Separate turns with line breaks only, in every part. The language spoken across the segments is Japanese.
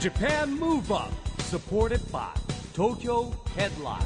Japan Move Up supported by Tokyo Headline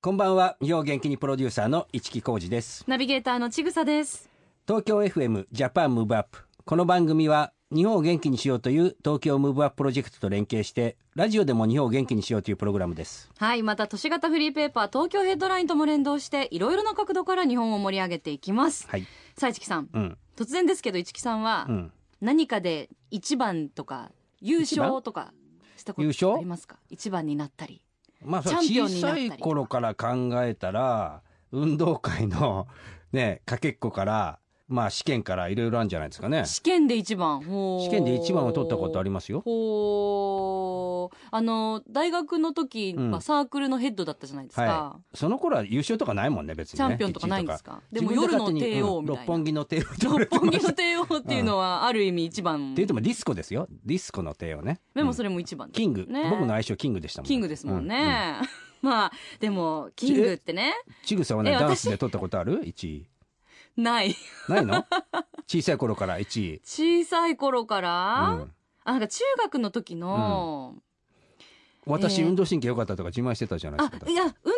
こんばんは日本元気にプロデューサーの市木浩司です
ナビゲーターのちぐさです。
東京 FM ジャパンムーブアップこの番組は日本を元気にしようという東京ムーブアッププロジェクトと連携してラジオでも日本を元気にしようというプログラムです
はい、また都市型フリーペーパー東京ヘッドラインとも連動していろいろな角度から日本を盛り上げていきます。
はい
さあ市木さん、
うん
突然ですけど市木さんは
うん
何かで一番とか優勝とかしたこ
優勝
とありますか？一番になったり。
まあそれ
チャンピ
小
オンになっ
さ
たり
い
とか
頃から考えたら運動会のねかけっこからまあ試験からいろいろあるんじゃないですかね
試験で一番。試
試験で一番を取ったことありますよ
ほーあの大学の時
う
は
ん
サークルのヘッドだったじゃないですか
は。いその頃は優勝とかないもんね別に
チ
ね
ャンピオンとかないんですか？でも
自分
夜の
勝手に
帝王
うん
みたいな。
六本木の帝王って言われ
六
て
本
ま
木
した
の
って
帝王っていうのはある意味一番、
言ってもディスコですよディスコの帝王ね
でも
うん
それも一番、
キング、
ね
僕の相性キングでしたもん
キングですもん
う
ね、 まあでもキングってね
うんちぐさはね
え
ダンス
私
で取ったことある1位
ない
ない の小さい頃から1位、
小さい頃か
う
ら、
ん
あなんか中学の時の、
私、
えー
運動神経良かったとか自慢してたじゃないです
あ
かだって
いや運動神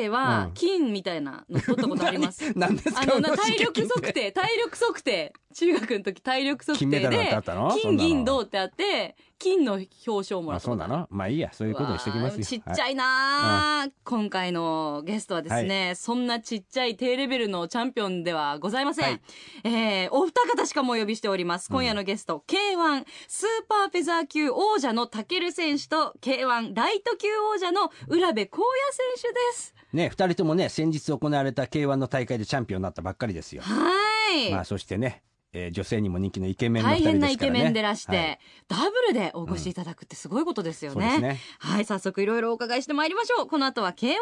経
う
は
ん
金みたいなの取ったことあ ります、
何ですか
あのな
運動神
体
経
力測定体力測定中学の時体力測
金メ
定
ダルなんてあ
で
ったのそん
金
なの
銀銅ってあって金の表彰をもら
あ
った
そ
こ
う
とあ
な
る
のまあいいやそういうことにしてきますよ
わあちっち
は
ゃいなあ、今回のゲストはですね、そんなちっちゃい低レベルのチャンピオンではございません、
はい
えーお二方しかもお呼びしております今夜のゲスト、K1 スーパーフェザー級王者のタケル選手と K1 ライト級王者の浦部光也選手です
いね二人ともね先日行われた k 1の大会でチャンピオンになったばっかりですよ、
はい、
まあそしてね、えー女性にも人気のイケメンの二
大
人ですからね
変なイケメンでらして、
はい
ダブルでお越しいただくってすごいことですよ
そうで
ね。
すね
はい、早速いろいろお伺いしてまいりましょう。この後は K1 チャン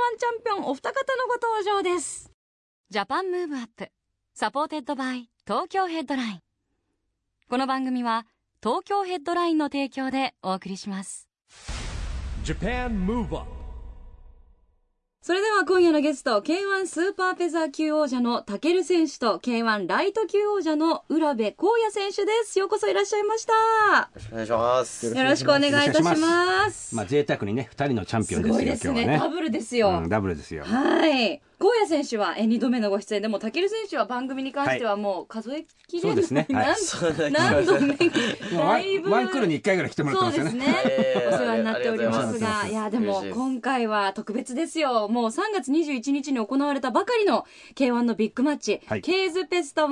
ピオンお二方のご登場です。ジャパンムーブアップ、サポーテッドバイ東京ヘッドライン。この番組は東京ヘッドラインの提供でお送りします。
Japan Move Up
それでは今夜のゲスト、K1 スーパーフェザー級王者のタケル選手と K1 ライト級王者の浦部光也選手です。ようこそいらっしゃいました。
お願いします。
よろしくお願いいたし
よろしくお願いし
ます。
まあ贅沢にね二人のチャンピオ
す
ンですよ
ごいですね
今日は
ダ
ね
ブルですよ。
うん、ダブルですよ
はい。ゴーヤ選手はえ2度目のご出演でも、たける選手は番組に関してはもう数えきれない。
そうですねはい
何
そうですね
何度目
もうワ
だい
ン
ぶ。
ワンクールに一回ぐらい来てもらって
そう
ます
で
よね
すね
え。
お
ー
世話になっておりますが、
あ
い
りが
や、
と
で
うございます
も今回は特別ですよ。もう3月21日に行われたばかりの K1 のビッグマッチ、
はい
ケーズペスタ1、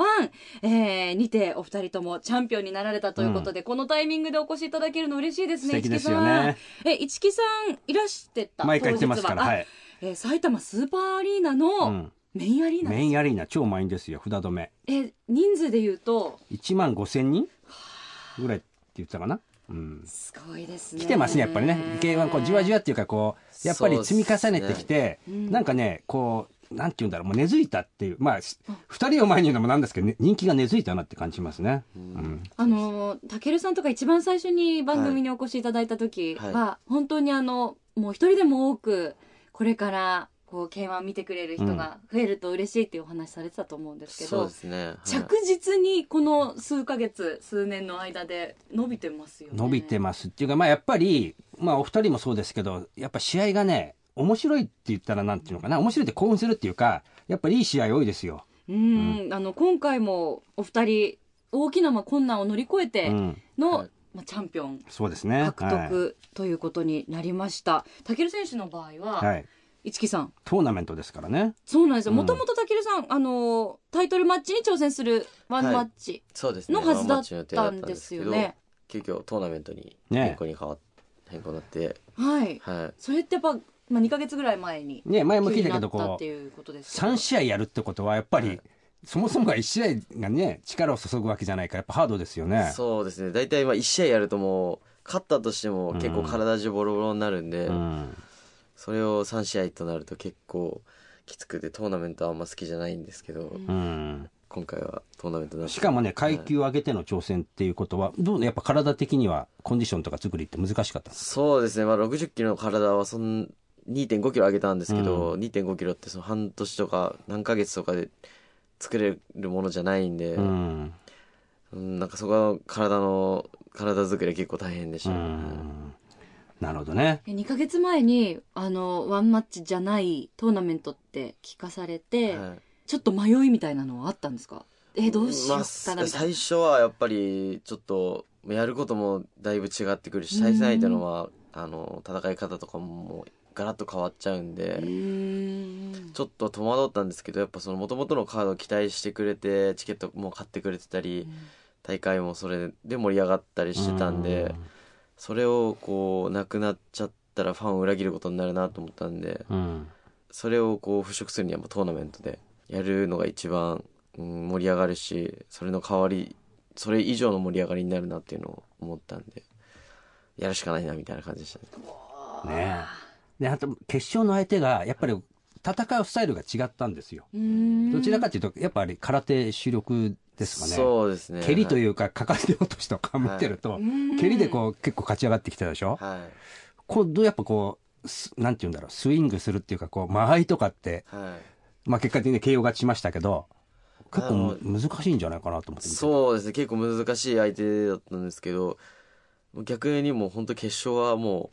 えーにてお二人ともチャンピオンになられたということで、このタイミングでお越しいただけるの嬉しいですね、
素敵です
市
よ
木
ね
さん。え、市木さんいらしてた
毎回来てます
当
か
日
らはい
えー埼玉スーパーアリーナ
う
の
ん
メインアリーナ、
メインアリーナ超満員ですよ札止め
えー人数で言うと
1万5千人ぐらいって言ってたかな、うん、
すごいですね
来てますねやっぱりね K1 こうじわじわっていうかこうやっぱり積み重ねてきて、
そうっすね
なんかねこうなんて言うんだろうもう根付いたっていうまあし二人を前に言うのもなんですけど、ね、人気が根付いたなって感じますね、うん
あのーたけるさんとか一番最初に番組にお越しいただいた時は、
はい
本当にあのもう一人でも多くこれからこう K1 見てくれる人が増えると嬉しいっていうお話されてたと思うんですけ
そう
ど、
ですね。はい
着実にこの数ヶ月数年の間で伸びてますよね
伸びてますっていうかまあやっぱりまあお二人もそうですけどやっぱ試合がね面白いって言ったらなんていうのかな面白いって興奮するっていうかやっぱりいい試合多いですよ、
うん、あの今回もお二人大きなまあ困難を乗り越え
う
て
ん、
の、
はい
まあ、チャンピオン
そうですね
獲得ということになりました。たける選手の場合は、
はい、はい、
一木さん、
トーナメントですからね
そうなんですよ。
うん
もともとたけるさん、あのータイトルマッチに挑戦するワンマッチ
そうですね。
のはずだ
まあ
ったんですよ。
マッチの予定だ
ね
っ。たんですけど急遽トーナメントに
ね
変更に変わっ、変更になって、
はい。
はい。
それってやっぱ、まあ、2ヶ月ぐらい前に。
ね前も聞いたけど
急になった
こ
って
う
いうことですよね
3試合やるってことはやっぱり、そもそもが1試合がね力を注ぐわけじゃないからやっぱハードですよね
そうですね。大体まあ一試合やるともう、勝ったとしても結構体中ボロボロになるんで、
うん、
それを3試合となると結構きつくて、トーナメントはあんま好きじゃないんですけど、
うん、
今回はトーナメントになって
しかもね階級を上げての挑戦っていうことはどうねやっぱ体的にはコンディションとか作りって難しかったんです
そうですね、まあ、60キロの体はそん2.5キロ上げたんですけど、2.5キロってその半年とか何ヶ月とかで作れるものじゃないんで、
うん
うん、なんかそこは体の、体作りは結構大変でした。
う
うん
んなるほどね。
2ヶ月前に、あの、ワンマッチじゃないトーナメントって聞かされて、
はい
ちょっと迷いみたいなのはあったんですかえ、どうしようか
ま
な
あ
みたい
最
な。
初はやっぱりちょっとやることもだいぶ違ってくるし
うん
対戦相手のはあの戦い方とかももうガラッと変わっちゃうん
う
で
ーん
ちょっと戸惑ったんですけどやっぱその元々のカードを期待してくれてチケットも買ってくれてたり大会もそれで盛り上がったりしてたんでそれをこうなくなっちゃったらファンを裏切ることになるなと思ったんで
うん。うん。
それをこう払拭するにはもうトーナメントでやるのが一番、うん、盛り上がるしそれの代わりそれ以上の盛り上がりになるなっていうのを思ったんでやるしかないなみたいな感じでしたね
ねえで、あと、決勝の相手が、やっぱり、戦うスタイルが違ったんですよ。
うーん
どちらかというと、やっぱり空手主力ですかね。
そうですね
蹴りと
う
いうか、かかって落としとか見てると、
ん
蹴りでこう、結構勝ち上がってきたでしょ、
はい
こう、どうやっぱこう、すなんて言うんだろう、スイングするっていうか、こう、間合いとかって、
はい
まあ結果的に KO 勝ちましたけど、結構む難しいんじゃないかなと思って見てう。
そうですね結構難しい相手だったんですけど逆にもう本当決勝はも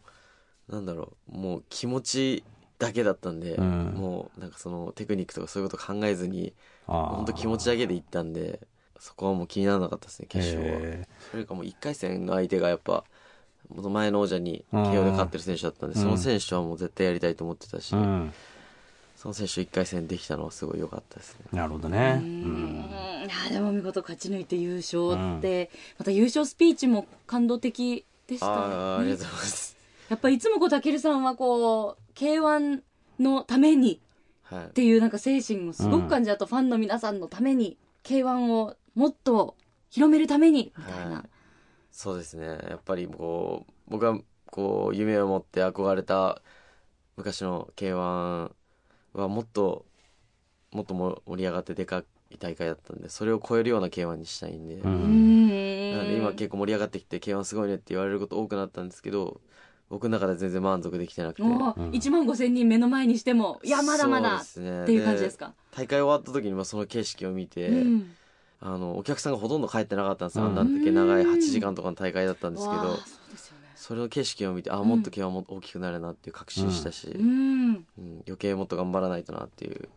うなんだろうもう気持ちだけだったんで、
うん
もうなんかそのテクニックとかそういうこと考えずに
あ
本当気持ちだけで行ったんでそこはもう気にならなかったですね決勝は、
え
それかもう1回戦の相手がやっぱ元前の王者に
うん
KO で勝ってる選手だったんで、
うん
その選手とはもう絶対やりたいと思ってたし、
ーうん。
その選手1回戦できたのはすごい良かったですね
なるほどね。う
うん
ん。
あでも見事勝ち抜いて優勝って、また優勝スピーチも感動的でしたね
あーありがとうございます、
やっぱりいつもこうたけるさんはこう K1 のために
はい
っていうなんか精神をすごく感じあと、ファンの皆さんのために K1 をもっと広めるためにみたいな、
はいそうですねやっぱりこう僕はこう夢を持って憧れた昔の k 1はもっともっとも盛り上がってでかい大会だったんでそれを超えるような k 1にしたいんで、
う。
うんーん
なんで今結構盛り上がってきて K1 すごいねって言われること多くなったんですけど僕の中で全然満足できてなくて
もう
うん
1万5千人目の前にしてもいやまだまだ
そうですね
っていう感じですか、
大会終わった時にまあその景色を見て、
うん
あのお客さんがほとんど帰ってなかったんですよ、
うん
あんなんだけ長い8時間とかの大会だったんですけ
わ
ど
あそうですよね
それの景色を見てあもっと K1 も大きくなるなっていう確信したし、
うーん
うん余計もっと頑張らないとなっていう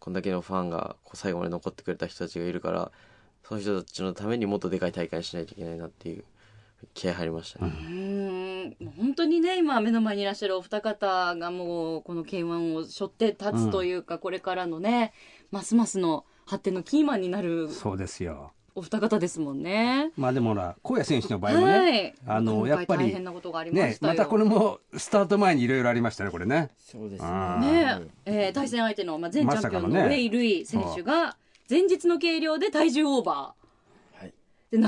こんだけのファンがこう最後まで残ってくれた人たちがいるからその人たちのためにもっとでかい大会にしないといけないなっていう気合入りました
う
ね、
ーんもう本当にね今目の前にいらっしゃるお二方がもうこの k 1を背負って立つというか、これからのねますますの発展のキーマンになる
そうですよ。
お二方ですもんね。
まあでもほら、荒野選手の場合もね、
はい、
あの
今回
やっぱり
大変なことがありま
ね
し、たよ
またこれもスタート前にいろいろありましたね、これね。
そうです
あ
ね。
ねえー対戦相手の、まあ、前チャンピオン
まさ
の
か
ウ
のね
ェイ・ルイ選手が前日の計量で体重オーバ
はい。
ーで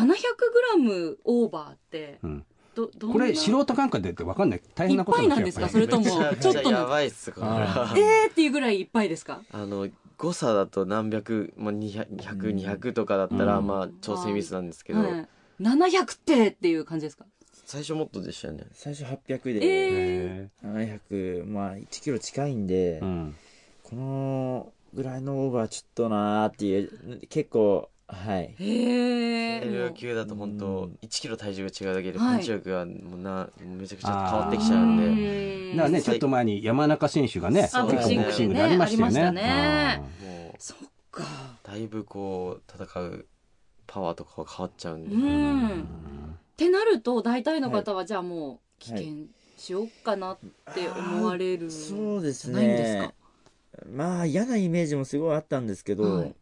700g オーバーって
うん。
どどんな
これ素人感覚でってわかんない。大変なこと
いっぱいなんですかそれとも
めちゃめちゃやばいっすこれ
あ
えーっていうぐらいいっぱいですか
あの誤差だと何百、まあ、200、200とかだったら、
うん
まあ調整ミスなんですけど、
はい、700ってっていう感じですか
最初もっとでしたよね
最初800
え
で、
へ
700、まあ1キロ近いんで、
えうん。
このぐらいのオーバーちょっとなーっていう、結構、はい。
へえ
軽量級だと本
う
当
ん
1キロ体重が違うだけで
はい
パンチ力がもうなめちゃくちゃ変わってきちゃうんで
だからね、ちょっと前に山中選手がね、結
あ
構ボクシングで
ボ
あ
クシ
り
ン
ま
グね
したよね。
ありましたね
も
そっか
うだいぶこう戦うパワーとかが変わっちゃうん
う
で、
うん
っ
ん
てなると大体の方はじゃあもう危険しようかなって思われる、
そうです
ないんですか
ね。まあ嫌なイメージもすごいあったんですけ
は
ど
い、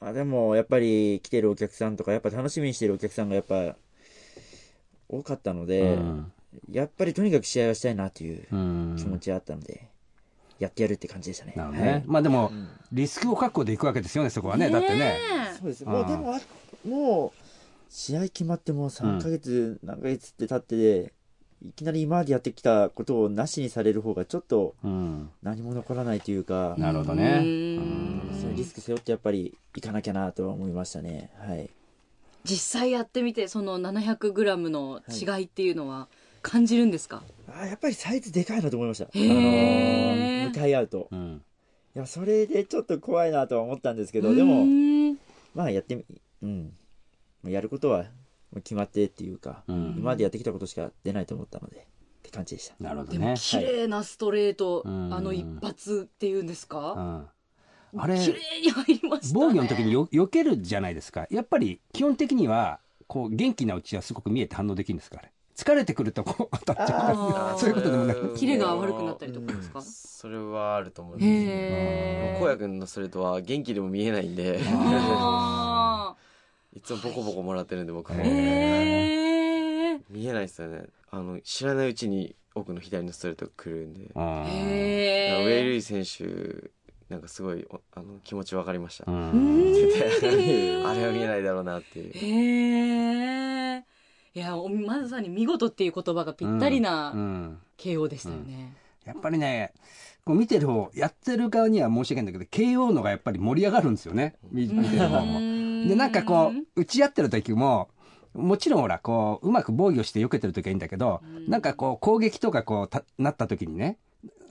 あでもやっぱり来てるお客さんとか、やっぱ楽しみにしてるお客さんがやっぱ多かったので、やっぱりとにかく試合はしたいなという
うん
気持ちがあったので、やってやるって感じでしたね。
なるほど
は
ね
い。
まあでも、リスクを確保でいくわけですよね、そこはね。だってね。
そうです
あー
もうでもあもう試合決まってもう
うん
3ヶ月、何ヶ月って経ってでいきなり今までやってきたことをなしにされる方がちょっと
うん。
何も残らないというか、
なるほどね。う
う
んん
そういうリスク背負ってやっぱり行かなきゃなとは思いましたねはい
実際やってみてその 700g の違いっていうのは感じるんですか、
あーやっぱりサイズでかいなと思いましたあの
へー
向かい合うと
うん。
いやそれでちょっと怖いなとは思ったんですけ
う
どでも
ーん
まあやってみうんまあやることはもう決まってっていうか、
うん
今までやってきたことしか出ないと思ったのでって感じでした
なるほど
でも
ね。
綺麗なストレート、
うん
あの一発っていうんです
う
か、
ん、あれ、
綺麗に入りましたね
防御の時によ避けるじゃないですか。やっぱり基本的には、こう、元気なうちはすごく見えて反応できるんですかあれ。疲れてくるとこう当たっちゃうから。
あー
そういうことでもなく
キレが悪くなったりとかですか、
それはあると思いますね
へえ
小谷君のストレートは元気でも見えないんで
あ
いつもボコボコもらってるんで僕も
ーへえ
見えないですよねあの知らないうちに奥の左のストレートが来るんでだか
うん
ら
へ
ウェイ
え
ルイ選手なんかすごいおあの気持ち分かりました、
う
うん
ん
ー
あれは見えないだろうなっていう
へえいやおまさに見事っていう言葉がぴったり
う
なん KO でしたよね、
やっぱりね、こう見てる方、やってる側には申し訳ないんだけど、KO のがやっぱり盛り上がるんですよね。見見てる方も。で、なんかこう、打ち合ってる時も、もちろんほら、こう、うまく防御して避けてる時はいいんだけど、なんかこう、攻撃とかこう、たなった時にね、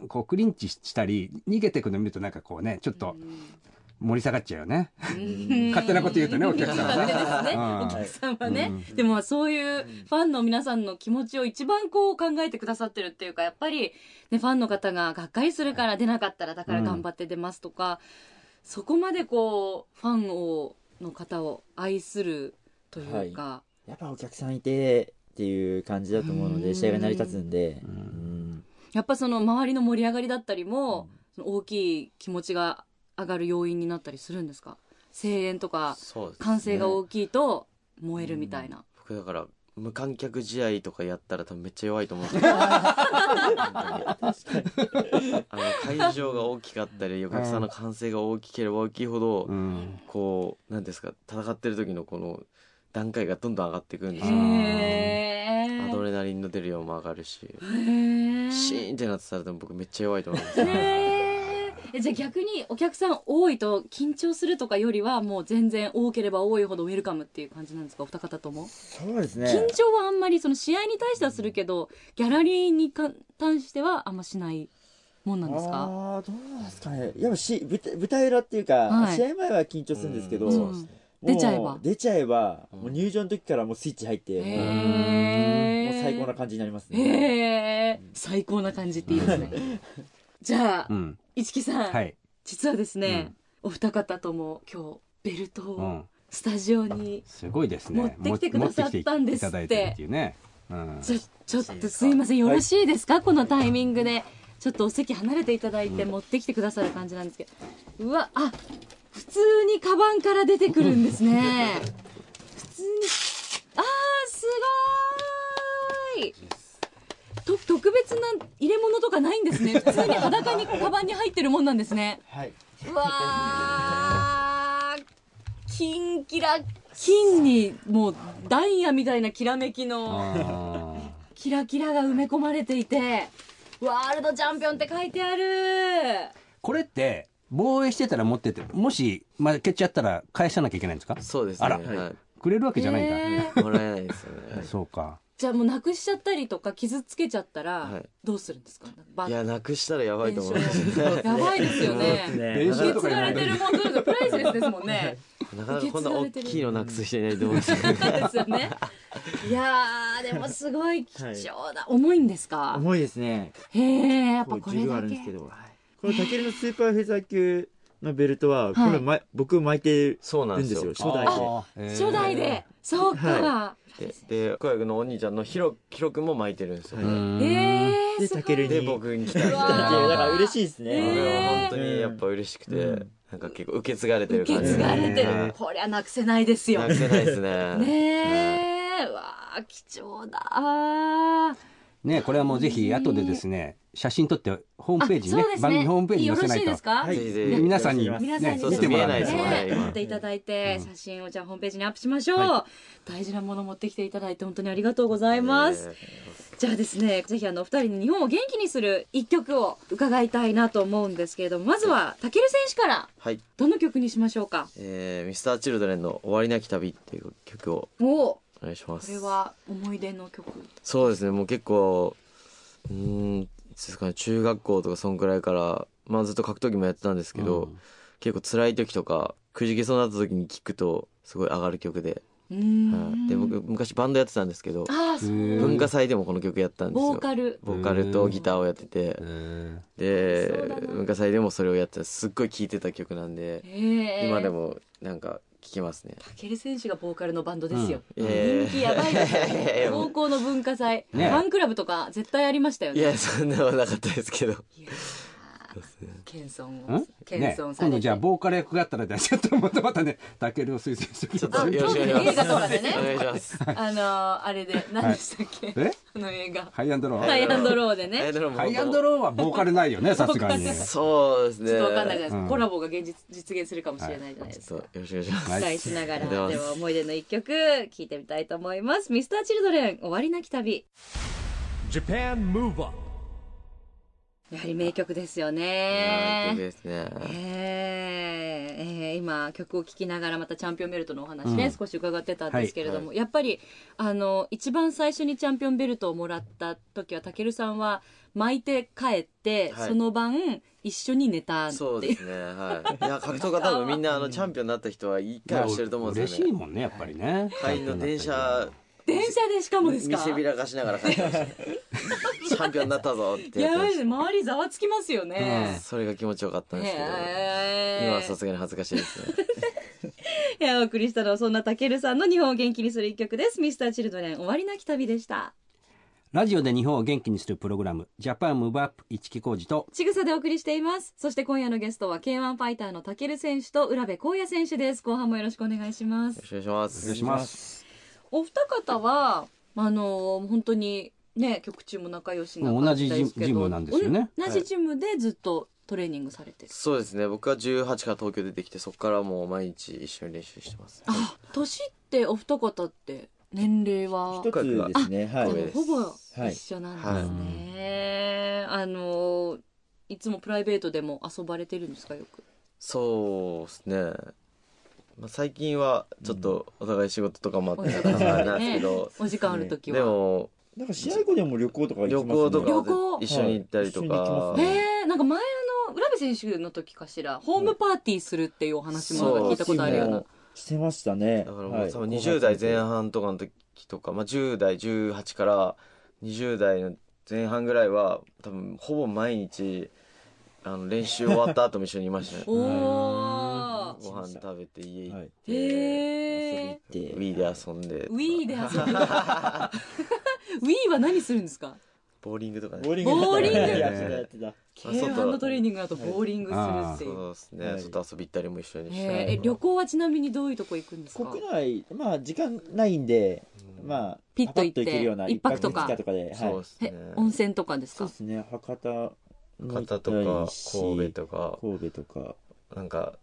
こう、クリンチしたり、逃げてくの見るとなんかこうね、ちょっと盛り下がっちゃうよね。勝手なこと言うとね、お客さんはね。
勝手ですね、
うん
お客さんはね、でもそういうファンの皆さんの気持ちを一番こう考えてくださってるっていうかやっぱり、ね、ファンの方ががっかりするから出なかったらだから頑張って出ますとか、そこまでこうファンをの方を愛するというか、
やっぱお客さんいてっていう感じだと思うの
うん
で試合が成り立つんで、
やっぱその周りの盛り上がりだったりも、その大きい気持ちが上がる要因になったりするんですか声援とか
そうですね
歓声が大きいと燃えるみたいな、
僕だから無観客試合とかやったら多分めっちゃ弱いと思うんで すよ本当にあの会場が大きかったりお客さんの歓声が大きければ大きいほど、
うん。
こう何ですか戦ってる時のこの段階がどんどん上がっていくんですよ
へー
アドレナリンの出る量も上がるし
へー
シーンってなってたら多分僕めっちゃ弱いと思います
へーえじゃあ逆にお客さん多いと緊張するとかよりはもう全然多ければ多いほどウェルカムっていう感じなんですかお二方とも
そうです
緊
ね
張はあんまりその試合に対してはするけどギャラリーに関してはあんましないもんなんですか
ああどうなんですかねやっぱし舞台舞台裏っていうか、
はい
試合前は緊張するんですけど、
う
も
そううですね
出ちゃえば
出ちゃえばもう入場の時からもうスイッチ入って、
へ
もう
ー
最高な感じになりますね、
へえ最高な感じっていいですねじゃあ
うん。
一木さん、
はい。
実はですね、お二方とも今日ベルト
う
を
ん。
スタジオに、
すごいですね。
持ってきてくださったんですって
持ってきていただいてるっていうね。うん。
ちょちょっとすいませんよろしいですか、このタイミングでちょっとお席離れていただいて持ってきてくださる感じなんですけどうわあ普通にカバンから出てくるんですね普通にあーすごーいと特別な入れ物とかないんですね普通に裸にカバンに入ってるもんなんですね
はい、
うわー金キラ金にもうダイヤみたいなきらめきの
あー
キラキラが埋め込まれていてワールドチャンピオンって書いてある
これって防衛してたら持ってってもし負けちゃったら返さなきゃいけないんですか
そうですね
あら
は
くれるわけじゃないんだ、
へー
い、もらえないですよね
そうか
じゃあもうなくしちゃったりとか傷つけちゃった
は
ら
い
どうするんですか、バッ
いやなくしたらやばいと思います
テンションやばいですよね
練
受
習
け
とか
継
じゃ
が
な
れ
い
てるもんどれぞプライスレスですもんね
なかなかこんな大きいのなくす人いないと思う んですよ
ですよねいやーでもすごい貴重な、重いんですか
重いですね
へえやっぱ
こ
こ
う
れ
重量あ
だ
るん
け
ですけど、このタケルのスーパーフェザー級のベルトは、
い
これま、僕巻いて
そうな
る
ん
ん
で
ですす
よ
よ初代で
初代でそうか、
は
でで小籔のお兄ちゃんのヒロヒロ君も巻いてるんですよ、
ええー、
です
ごい
タケルに
で僕に来たん
う
で
わ
だ
ー
から嬉しいです
こ
へー
ね、
れは本当にやっぱ嬉しくて、なんか結構受け継がれて
受
る感
け
じ
継がれてる。こりゃなくせないですよ。
な
ね
くせないですね
え、うわあ、貴重だ。あ
ねこれはもうぜひ後でですね写真撮ってホームページにね
そうです
番
ね。
組ホームページに載せない
よろしい
と
ですか
は。い
ぜひ
ね
ぜひ
皆さんに、ね、
皆さんに
そう
見
そう
てもら
見えない
わ
ですもんね
ね
今
撮っていただいて、写真をじゃあホームページにアップしましょう、大事なもの持ってきていただいて本当にありがとうございます、
え
じゃあですねぜひあのお二人に日本を元気にする一曲を伺いたいなと思うんですけれどもまずはたける選手から
ーはい
どの曲にしましょうか
えー、ミスターチルドレンの「終わりなき旅」っていう曲を
おお
お願いしま
こ
す
れは思い出の曲
そうですねもう結構うーんですかね中学校とかそんくらいから、まあ、ずっと格闘技もやってたんですけど、結構辛い時とかくじけそうになった時に聴くとすごい上がる曲ではい、で僕昔バンドやってたんですけど
ああそう
文化祭でもこの曲やったんですよ
ボーカル
ボーカルとギターをやってて
そうだ
で
な
文化祭でもそれをやってたすっごい聴いてた曲なんで
ええ
今でもなんか聴きますね
タケル選手がボーカルのバンドですよ、
うんええ
人気やばいです
ええ
よ高校の文化祭、
ね
ファンクラブとか絶対ありましたよ
い
ね
やそんなはなかったですけど
謙遜を
んね
謙遜さ
今
れて、
度じゃあボーカル役があったら ちょっとまたまたねタケルを推薦して
ちょっ
くだ
と
あ
さ
よろしくお願い
映
します
画とかでね
お願いします
あのーあれで何でしたっけ、
いえ
あの映画
ハイアンドロー
ハイアンドローで
ハイ
ね
アンドローも
ハイアンドローはボーカルないよねさすがに
ボーカル
そうですね
ちょっとわかんないじゃないですか、
うん
コラボが現実実現するかもしれないじゃないです
ち
か、
ょっとよろしくお願いします
は
期
い
待しながら、
ありがとうござ
で
います
は思い出の一曲聞いてみたいと思います。ミスターチルドレン終わりなき旅。
Japan Move Up
やはり名曲ですよ
はい曲
ね。
ですね
えーえー今曲を聴きながらまたチャンピオンベルトのお話ね、少し伺ってたんですけれども、やっぱりあの一番最初にチャンピオンベルトをもらった時はたけるさんは巻いて帰って、
はい
その晩一緒に寝たって
そう
い
で
う
すねはいいや格闘家多分みんなあのチャンピオンになった人は一回はしてると思うんで
嬉
す
し
よ
い
ね
もんねやっぱりね
帰りの電車
電車でしかもですか
見せびらかしながら帰ってましたねチャンピオンになったぞってや
やば
ってま
いで
した
すね周りざわつきますよね、
それが気持ちよかったんですけど、
へー
今はさすがに恥ずかしいですね。
いやお送りしたのはそんなたけるさんの日本を元気にする一曲です。ミスターチルドレン終わりなき旅でした。
ラジオで日本を元気にするプログラムジャパンムーブアップ一木工事と
ちぐさでお送りしています。そして今夜のゲストは K1 ファイターのたける選手と浦部光也選手です。後半もよろしくお願いします。
よろしくお願いしま
お
す。
願いします
お二方はあの本当にね曲中も仲良しな
同じジム
感ですけど
ジムなんですよね
同じジムでずっとトレーニングされてる。
そうですね。僕は18から東京出てきて、そこからもう毎日一緒に練習してます。
あ年ってお二方って年齢は
一つですね。は
で
い。
もほぼ
はい
一緒なんですね。あのいつもプライベートでも遊ばれてるんですかよく。
そうですね。まあ、最近はちょっとお互い仕事とかもあ
お
って
時
なかなかあれ
間
なんですけど、
お時間ある時は。
でも
なんか試合後でも旅行とか行きます
旅
ね。
行と
旅
か
行
一緒に行ったりとか
はい一緒に行きます
え
ね、
えなんか前の浦部選手の時かしら、ホームパーティーするっていうお話もなんか聞いたことあるような。
してましたね。
だからも
は
う
い
多分20代前。半とかの時とか、まあ、10代18から20代の前半ぐらいは多分ほぼ毎日あの練習終わった後も一緒にいましたね
お お
ご飯食べて家行っ
ー。
て、
へえ。
で
Wii で遊んで
ウィーで遊ぶ。ウィーは何するんですか
ボーリングとかね
ボーリング
ボーリング
やってたやって た。
あ外
?K1 のトレーニングだとボーリングするっていう。
そうですね、
はい
外遊び行ったりも一緒にして、
へーえ、旅行はちなみにどういうとこ行くんですか
国内、まあ時間ないんで、まあ、
ピッと行って
パけるような
一泊とか
一二日とかで。はい。
そう
そ
ですね
え、温泉とかです
う
か
ですね。博多も行
方
った
と
り
か
し
神戸とか
神戸とか。
なんか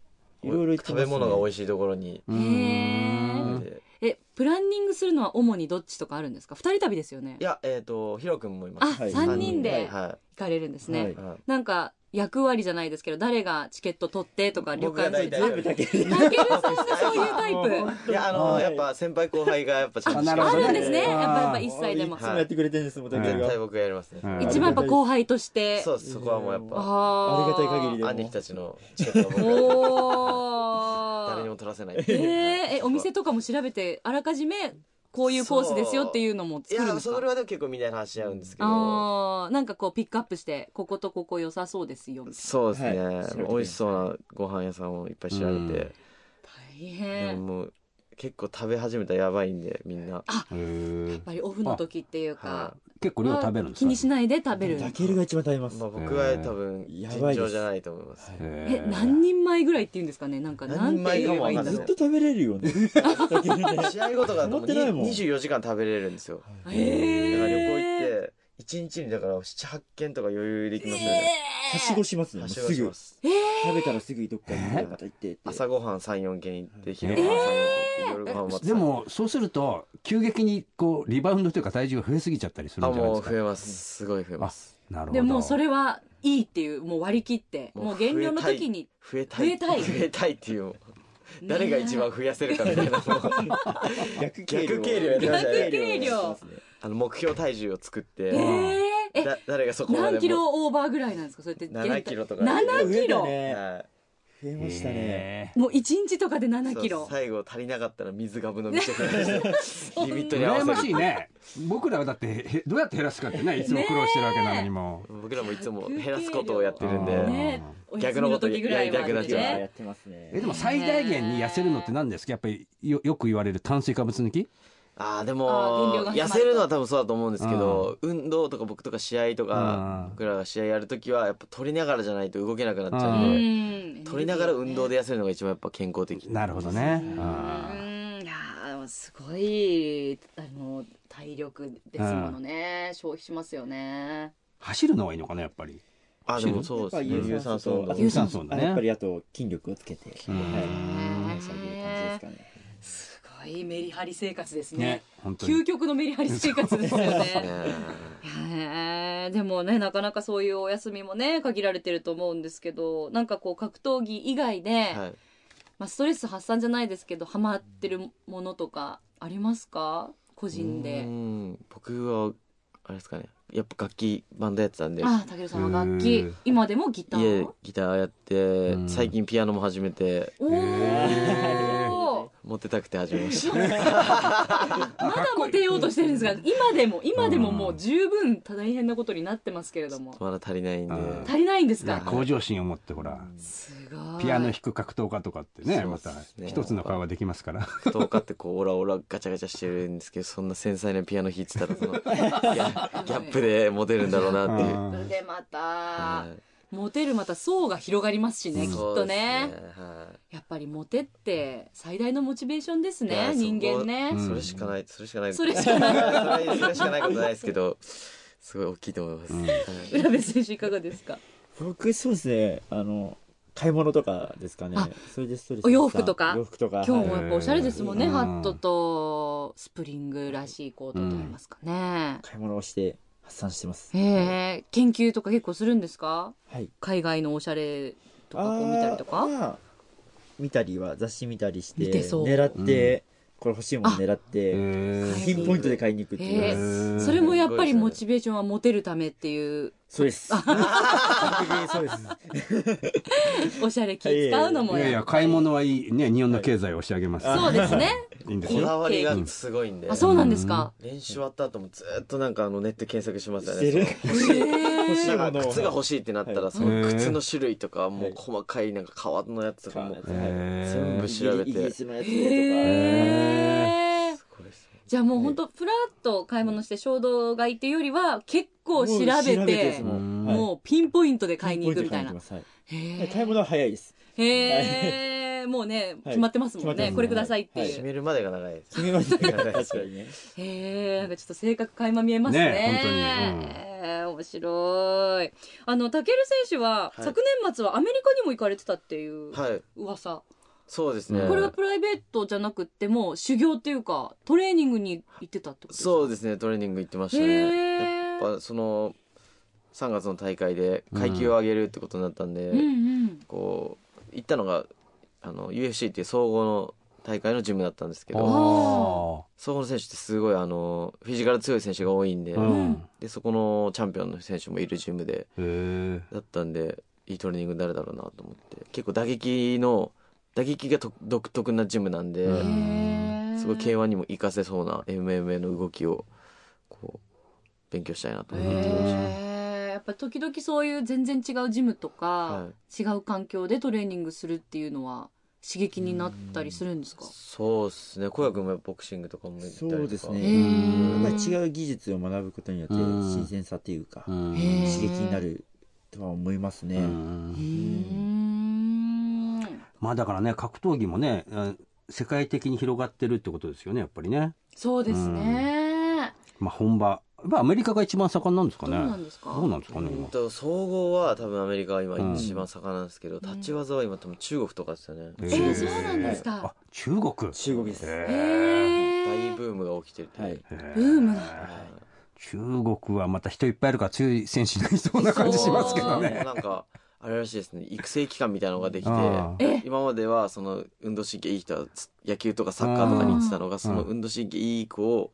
いろいろ行って
食
ますね
べ物が美味しいところに
へ
行っ
え。
て、
え、プランニングするのは主にどっちとかあるんですか二人旅ですよね
い。やえっ、とヒロ君もいま
あ、
す
はい
三人
は
で
い
行
は
かれるんですね。
はい
いはい
なんか役割じゃないですけど誰がチケット取ってとか旅
僕が
館
大体
あ
だけ
たけるさんがそういうタイ
いやあのやっぱ先輩後輩がやっぱちゃんとして
あ
プあ
な
るん
ほど
ですね
あー
やっぱやっぱ一切でも
いつもやってくれてるんですもん、だけ
絶対
ど。
僕がやりますね、
うん
一番やっぱ後輩として
そうですそこはもうやっぱ
あ
ありがたい限りでも。
兄貴たちのチケットは僕が
お
誰に
ー
も取らせない、
えーえお店とかも調べてあらかじめこういうコースですよっていうのも
い
作るん
や
です
それ
か
はでも結構みんなで話し合うんですけど
あーなんかこうピックアップしてこことここ良さそうですよみたい
そうですね、
はい
美味しそうなご飯屋さんをいっぱい調べて、
うん
な大
でも
変や
もう結構食べ始めたらやばいんでみんな
へー
っぱりオフの時っていうか
は
結構量食べるんです
気
か
にしないで食べる
タケルが一番食べま
い、
す
まあ、。僕は多分
や
尋
ばいです
常じゃないと思います、
え
え
何人前ぐらいっていうんですかねなんかなんて言えばいいんだ
何人前かもわか
ろ
んないう
ずっと食べれるよね。タケル ね
試合後とかだともう
持ってないもん
24時間食べれるんですよ
へ
だから旅
え
行行って1日にだから78件とか余裕で行きますよ
え
ね、
はしごしますね。も
は
う
し
す
ごし
ぐ
ま。す
食べたらすぐどっかにねまた行ってって。
朝ごはん34軒行って昼ごはん3軒行って夜ごはん待って
でもそうすると急激にこうリバウンドというか体重が増えすぎちゃったりする
あ
んじゃない
も
で
う
すか
増えますすごい増えます
なるほど
でもうそれはいいっていうもう割り切ってもう減量の時に
増えたい
増えたい
増えたいっていう誰が一番増やせるかみたいな逆計量やってましたね
逆
逆計量
やってますね
あの目標体重を作って、
えーえ
だ誰がそこまで
何
も
キロオーバーぐらいなんですかそれって
7キロとか
7キロ
増えたね
は
増えましたね。
へ
もう一日とかで7キ
そ
ロ
う。最後足りなかったら水がぶ飲みして くれてリミット
え
に合
羨ま
わせ
しい
る
ね。僕らはだって、へどうやって減らすかってね、いつも苦労してるわけなのにも。
僕らもいつも減らすことをやってるん
う
で、
ね、お休
逆
み
の
の
こと
時ぐらいまで
いや逆だ
いやや
ね
っ。てます
え、
ね。
でも最大限に痩せるのって何ですかやっぱりよ、よく言われる炭水化物抜き
ああで
あー
も
減量が始ま
痩
ると
せるのは多分そうだと思うんですけど、運動とか僕とか試合とか
うん
僕らが試合やるときはやっぱ取りながらじゃないと動けなくなっちゃう
うん
で、
ん
取りながら運動で痩せるのが一番やっぱ健康的
なるほどね。
う
あ
んいやーすごいあの体力ですものね、消費しますよ
ー
ね
走るのはいいのかなやっぱり。
あでもそうですね
やっぱ有酸素と
運動
有酸素だね
やっぱりあと筋力をつけて、
う
は
ん
い、されてる感じですかね。
すごいメリハリ生活ですね
ね本当に
究極のメリハリ生活ですよ
ね
ねへーでもねなかなかそういうお休みもね限られてると思うんですけどなんかこう格闘技以外で、
はい
まあ、ストレス発散じゃないですけどハマってるものとかありますか個人
う
で
ん僕はあれですかねやっぱ楽器バンドやってたんで
ああたけるさんは楽
う
器
ん
今でもギタ
家
ー
でギターやっ
う
て
ん
最近ピアノも始めて
お お
モテたくて始めました
まだモテようとしてるんですが今でも今でももう十分大変なことになってますけれども
まだ足りないんで
うん
足りないんです
な
か
んか向上心を持ってほら、
すごい
ピアノ弾く格闘家とかってね、
そう
ま
っす
た
ね
一つの顔ができますから。
格闘家ってこうオラオラガチャガチャしてるんですけどそんな繊細なピアノ弾いてたらそのギャギャップでモテるんだろうなっていう
う。ん
でまた
はい
モテるまた層が広がりますしねきっ
そう
と
です
ね
は
やっぱりモテって最大のモチベーションです
いいや
ね
そこ
人間ね
うん
それしかないそれしかない
それしかない
それそれしかないことないですけどすごい大きいと思います、はい
浦部選手いかがですか
僕そうですねあの買い物とかですかね
あ
それでストレス
お洋服とか
洋服とか
今
は
日
い
もやっぱおしゃれですもんね、
うん
ハットとスプリングらしいコートといいますかね、
買い物をして発散してます
へえ研究とか結構するんですか
はい
海外のおしゃれとかこう
あー
見たりとか
まあ見たりは雑誌見たりして
見てそう
狙って、これ欲しいもの狙っ
へ
て
ー
ピンポイントで買いに行くっていう、
へ
ー
それもやっぱりモチベーションはモテるためっていう
そうです完璧にそうです
おしゃれ気使うのも
いやいや、買い物はいいね、日本の経済を押し上げます。
そうですね
いいんです
こ
よ。
だわりがすごいんで
あそうなんですか、
練習終わった後もずっとなんかあのネット検索しますよ
してる
ね
へえ
欲しい
な
も
んか
のを
靴が欲しいってなった
は
ら
い
その靴の種類とかも
は
う
い
細かいなんか革のやつとかも
はい
へー
全部調べて
イギリスのやつとか、
へえ
すごいですね
じゃあもう本当ふらっと買い物して衝動買いっていうよりは結構調
もう
べ
です
て
もんはい
もうピンポイントで買いに行くみたいな
ピンポイントで買に行きますはい
へ
で
え
買い物は早いです
へえ、もうね、
はい
決まってますもん
決まって
ね。
ます
これくださいってい
締
う。
めるまでが長いです
決めましたから確かにね
へえ、なんかちょっと性格垣間見えますね。
ね本当にうん
へえ面白い。あの、たける選手は、
はい
昨年末はアメリカにも行かれてたっていう
はい
噂。
そうですね
これはプライベートじゃなくっても、修行っていうか、トレーニングに行ってたってことですか
そうですねトレーニング行ってました
へ
ね
え
やっぱその3月の大会で階級を上げるってことになったんで、
うんうん。
こう行ったのがあの UFC っていう総合の大会のジムだったんですけど
お
総合の選手ってすごいあのフィジカル強い選手が多いんで,、
ーうん。
でそこのチャンピオンの選手もいるジムで
へー
だったんでいいトレーニングになるだろうなと思って結構打撃の打撃がと独特なジムなんで、
うん
へえ
すごい K1 にも活かせそうな MMA の動きをこう勉強したいなと思ってました、
へえやっぱ時々そういう全然違うジムとか、
は
違う環境でトレーニングするっていうのは刺激になったりするんですか
そうですね小谷君もやっぱボクシングとかも行ったりとか
そうですね
へ
う
うん
やっぱり
え
違う技術を学ぶことによって
うん
新鮮さっていうか、
うん
へー
刺激になるとは思いますね、
うん
うん
まあだからね、格闘技もね、うん世界的に広がってるってことですよね、やっぱりね。
そうですね
まあ本場。まあアメリカが一番盛んなんですか
どう
ね。
なんですか
どうなんですかね、
うん
今。
と総合は多分アメリカは今
うん
一番盛んなんですけど、立ち技は今多分中国とかですよね、
え
え
ー
ー、そうなんです
あ
か、
中国。
中国です
へ
へ
大
え
ブームが起きてるって、
はい
ー
ブームだ
中国はまた人いっぱいいるから強い選手になりそうな感じしますけどね。
なんかあれらしいですね育成機関みたいなのができ
あ
て 今まではその運動神経いい人は野球とかサッカーとかに行ってたのがその
うん
運動神経いい子を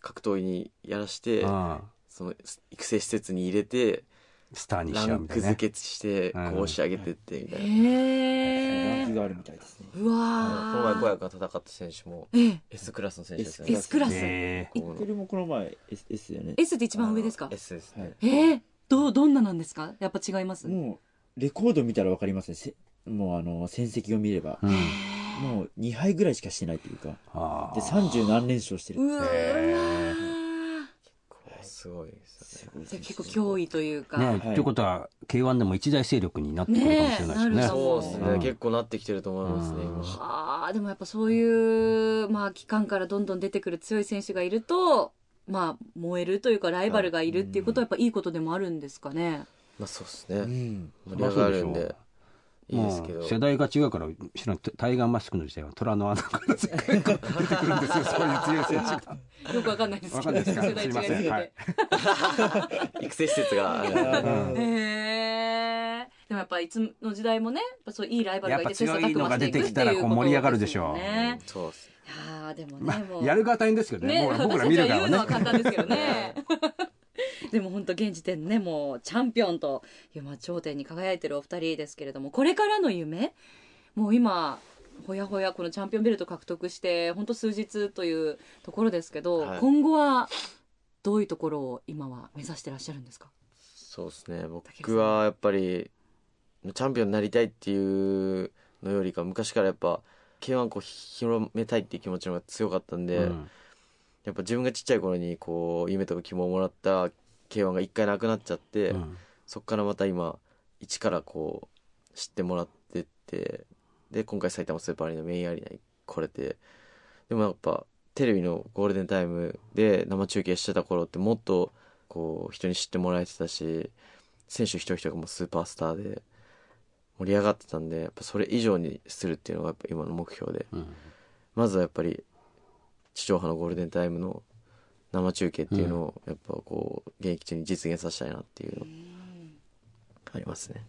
格闘技にやらして
うん
その育成施設に入れて
スターにし
ラ
ちゃう
ン
みた
ク
いなね。
付けして
うん
こう仕上げてってみたいな、
ラン
へ
ク
え。
があるみたいですね。
う
この前小
わ
谷が戦った選手も
ー。ええ。
S クラスの選手ですよ
S クラス。S
え
イックルもこの前 S, S だよね。
って一番上ですか
あの S ですね、
はい
ええ。どう、どんななんですかやっぱ違います
もうレコード見たらわかりますね。せもうあの戦績を見れば
ー、う、ん
もう2敗ぐらいしかしてないというか、
あ
で30何連勝してる。
うわ
へ
ー。
こうすごいですよね
じゃあ結構脅威というか。
あ。ね
はい
ということは、K1 でも一大勢力になってくるかもしれないです
ねえなる
ね
か。も
そうですね、
うん
結構なってきてると思います
う
ね、
ん
今
ああ、でもやっぱそういう、まあ、期間からどんどん出てくる強い選手がいると、まあ、燃えるというか、ライバルがいるっていうことは、やっぱいいことでもあるんですかね。
まあそうです
う
ね
ん。
盛り上がるん
まあそうでしょう
でいいですけど、
もう世代が違うから、知らんタイガーマスクの時代は虎の穴から出てくるんですよ、そういう強い選手が。
よくわかんないですけど、
わかんないですか
世代違いすぎ
すいませ
て。
んはい
育成施設があるんで
うん
へえ。でもやっぱいつの時代もね、やっぱそういいライバルがいて、
やっぱ強いのが出てきたら
切磋琢磨していくっていう
こう盛り上がるでしょう
ことですもん ね
そうですね
いやーでもね、
まあ、
も う。
やる側は大変ですけどね、
ね、
僕ら僕
私た
ら
ち
見
が
る
言
側
うの
は
は
ね。
簡単ですけ どね。でも本当現時点でね、もうチャンピオンという、まあ、頂点に輝いてるお二人ですけれども、これからの夢もう今、ほやほやこのチャンピオンベルト獲得して、本当数日というところですけど、
はい
今後はどういうところを今は目指してらっしゃるんですか
そうですね
竹内
僕はやっぱりチャンピオンになりたいっていうのよりか昔からやっぱ k 1こう広めたいっていう気持ちの方が強かったんで、
うん
やっぱ自分がちっちゃい頃にこう夢とか希望をもらった k 1が一回なくなっちゃって、
うん
そっからまた今一からこう知ってもらってってで今回埼玉スーパーアリーナメインアリーナに来れてでもやっぱテレビのゴールデンタイムで生中継してた頃ってもっとこう人に知ってもらえてたし選手一人一人がもうスーパースターで盛り上がってたんでやっぱそれ以上にするっていうのがやっぱ今の目標で
うん
まずはやっぱり地上波のゴールデンタイムの生中継っていうのをやっぱこう現役中に実現させたいなっていうのありますね。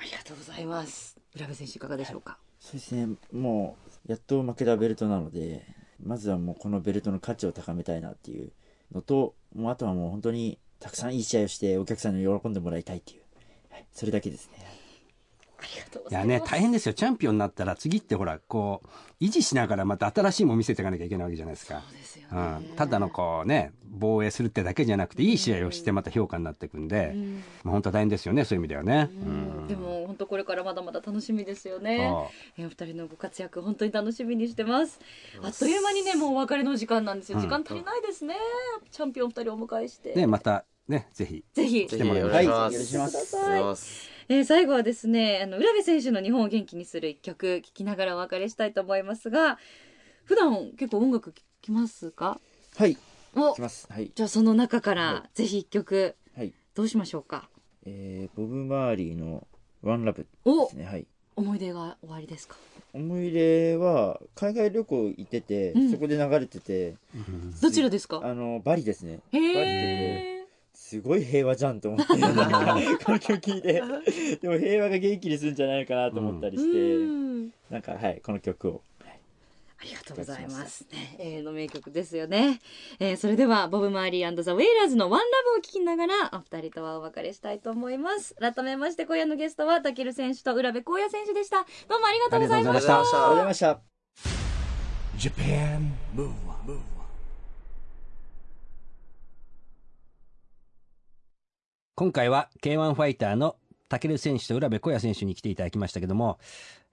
ありがとうございます。浦部選手いかがでしょうか、
そうですね。もうやっと負けたベルトなので、まずはもうこのベルトの価値を高めたいなっていうのと、もうあとはもう本当にたくさんいい試合をしてお客さんに喜んでもらいたいっていう、はい、それだけですね。
ありがとうご
い
ざ
や
います。
ね、大変ですよ。チャンピオンになったら次ってほら、こう、維持しながらまた新しいもん見せていかなきゃいけないわけじゃないですか。
そうですよ
う
ね。
ん、ただのこうね、防衛するってだけじゃなくて、いい試合をしてまた評価になっていくんで、
うん
まあ本当は大変ですよね、そういう意味ではね。うん
で、も本当これからまだまだ楽しみですよね。
そ
えーお二人のご活躍本当に楽しみにしてますあっという間にねもうお別れの時間なんですよ、
うん
時間足りないですねチャンピオンお二人お迎えして、
うね、また、ね、ぜひ。
ぜひ
ぜ
て
ひ
もらい
よ
ま
ろ
す
しくお願い
は
しま
い
す。。
お願いしますえー最後はですねあの浦部選手の日本を元気にする一曲聴きながらお別れしたいと思いますが普段結構音楽聴きますか
はい、い
お
きます。はい。
じゃあその中から、
は
ぜひ一曲
はい。
どうしましょうか
えー、ボブ・マーリーのワンラブ
お
ですね。はい。
思い出が終わりですか
思い入れは、海外旅行行ってて、
うん
そこで流れてて、
どちらですか
あの、バリですね。
へ
バリ
え
すごい平和じゃんと思って、この曲聞 いて。でも平和が元気にするんじゃないかなと思ったりして、なんか、はい、この曲を。
ありがとうございます。ね、えーの名曲ですよね。えーそれでは、ボブ・マーリーザ・ウェイラーズのワンラブを聴きながら、お二人とはお別れしたいと思います。改めまして、今夜のゲストは、タケル選手と浦部光也選手でした。どうもありがとうございました。
ありがとうございま
ありがとうございました。
Japan Move Up
今回は K1 ファイターの武尊選手と浦部小也選手に来ていただきましたけども、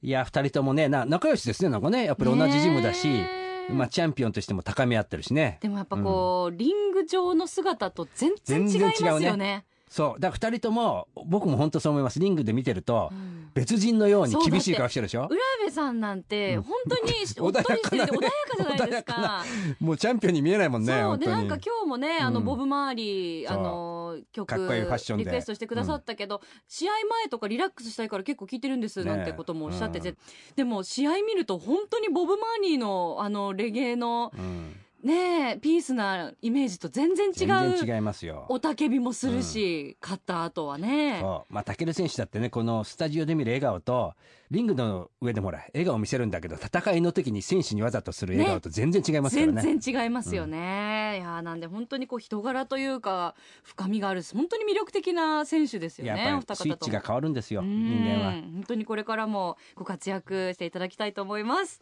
いや、二人ともね、な、仲良しですね、なんかね、やっぱり同じジムだし、
ねえ
まあ、チャンピオンとしても高め合ってるしね。
でもやっぱこう、リング上の姿と全然違いますよ
全然違う
ね。
そう。だから二人とも、僕も本当そう思います。リングで見てると、
ん
別人のように
そう
厳しい顔してるでしょ
浦部さんなんて、本当に、おっとりしてるんで 穏やかじゃないです
穏や
か。
もうチャンピオンに見えないもんね、
そう
本
で
当
なん
に
か。今日もねあの
うん
ボブ・マーリー、
そう
あの曲
かっこいいファッションで
リクエストしてくださったけど、試合前とかリラックスしたいから結構聞いてるんです
ね
なんてこともおっしゃってて、
う
でも試合見ると本当にボブ・マーリーのあのレゲエの
うん
ねえピースなイメージと全然違う
全然違いますよ。
おたけびもするし、勝った後はね
そう。まあ、武尊選手だってね、このスタジオで見る笑顔と、リングの上でもほら、笑顔見せるんだけど、戦いの時に選手にわざとする笑顔と全然違いますからね。
全然違いますよね。いやーなんで本当にこう人柄というか深みがある本当に魅力的な選手ですよね。
や
お
っぱ
二
りスイ
方
ッ
と
チ
も
が変わるんですよ、
うん
人間は。
本当にこれからもご活躍していただきたいと思います。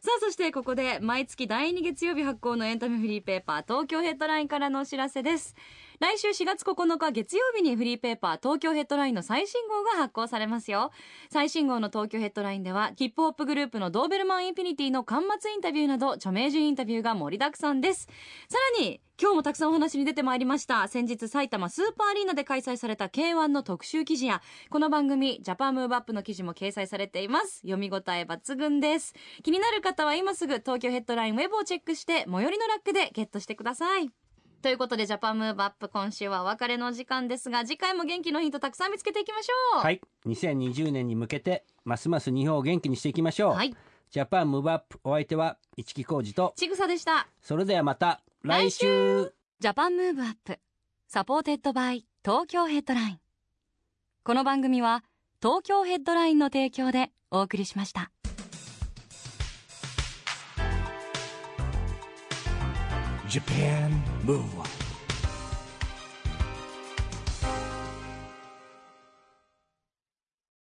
さあ、そしてここで毎月第2月曜日発行のエンタメフリーペーパー東京ヘッドラインからのお知らせです。来週4月9日月曜日にフリーペーパー東京ヘッドラインの最新号が発行されますよ。最新号の東京ヘッドラインでは、ヒップホップグループのドーベルマンインフィニティの端末インタビューなど著名人インタビューが盛りだくさんです。さらに、今日もたくさんお話に出てまいりました。先日埼玉スーパーアリーナで開催された K1 の特集記事や、この番組ジャパンムーブアップの記事も掲載されています。読み応え抜群です。気になる方は今すぐ東京ヘッドラインウェブをチェックして、最寄りのラックでゲットしてください。ということで、ジャパンムーブアップ今週はお別れの時間ですが、次回も元気のヒントたくさん見つけていきましょう。
はい。2020年に向けて、ますます日本を元気にしていきましょう。
はい
ジャパンムーブアップ、お相手は、市木浩二と、
ちぐさでした。
それではまた、
来週
来週
ジャパンムーブアップサポーテッドバイ東京ヘッドラインこの番組は東京ヘッドラインの提供でお送りしました
Japan Move Up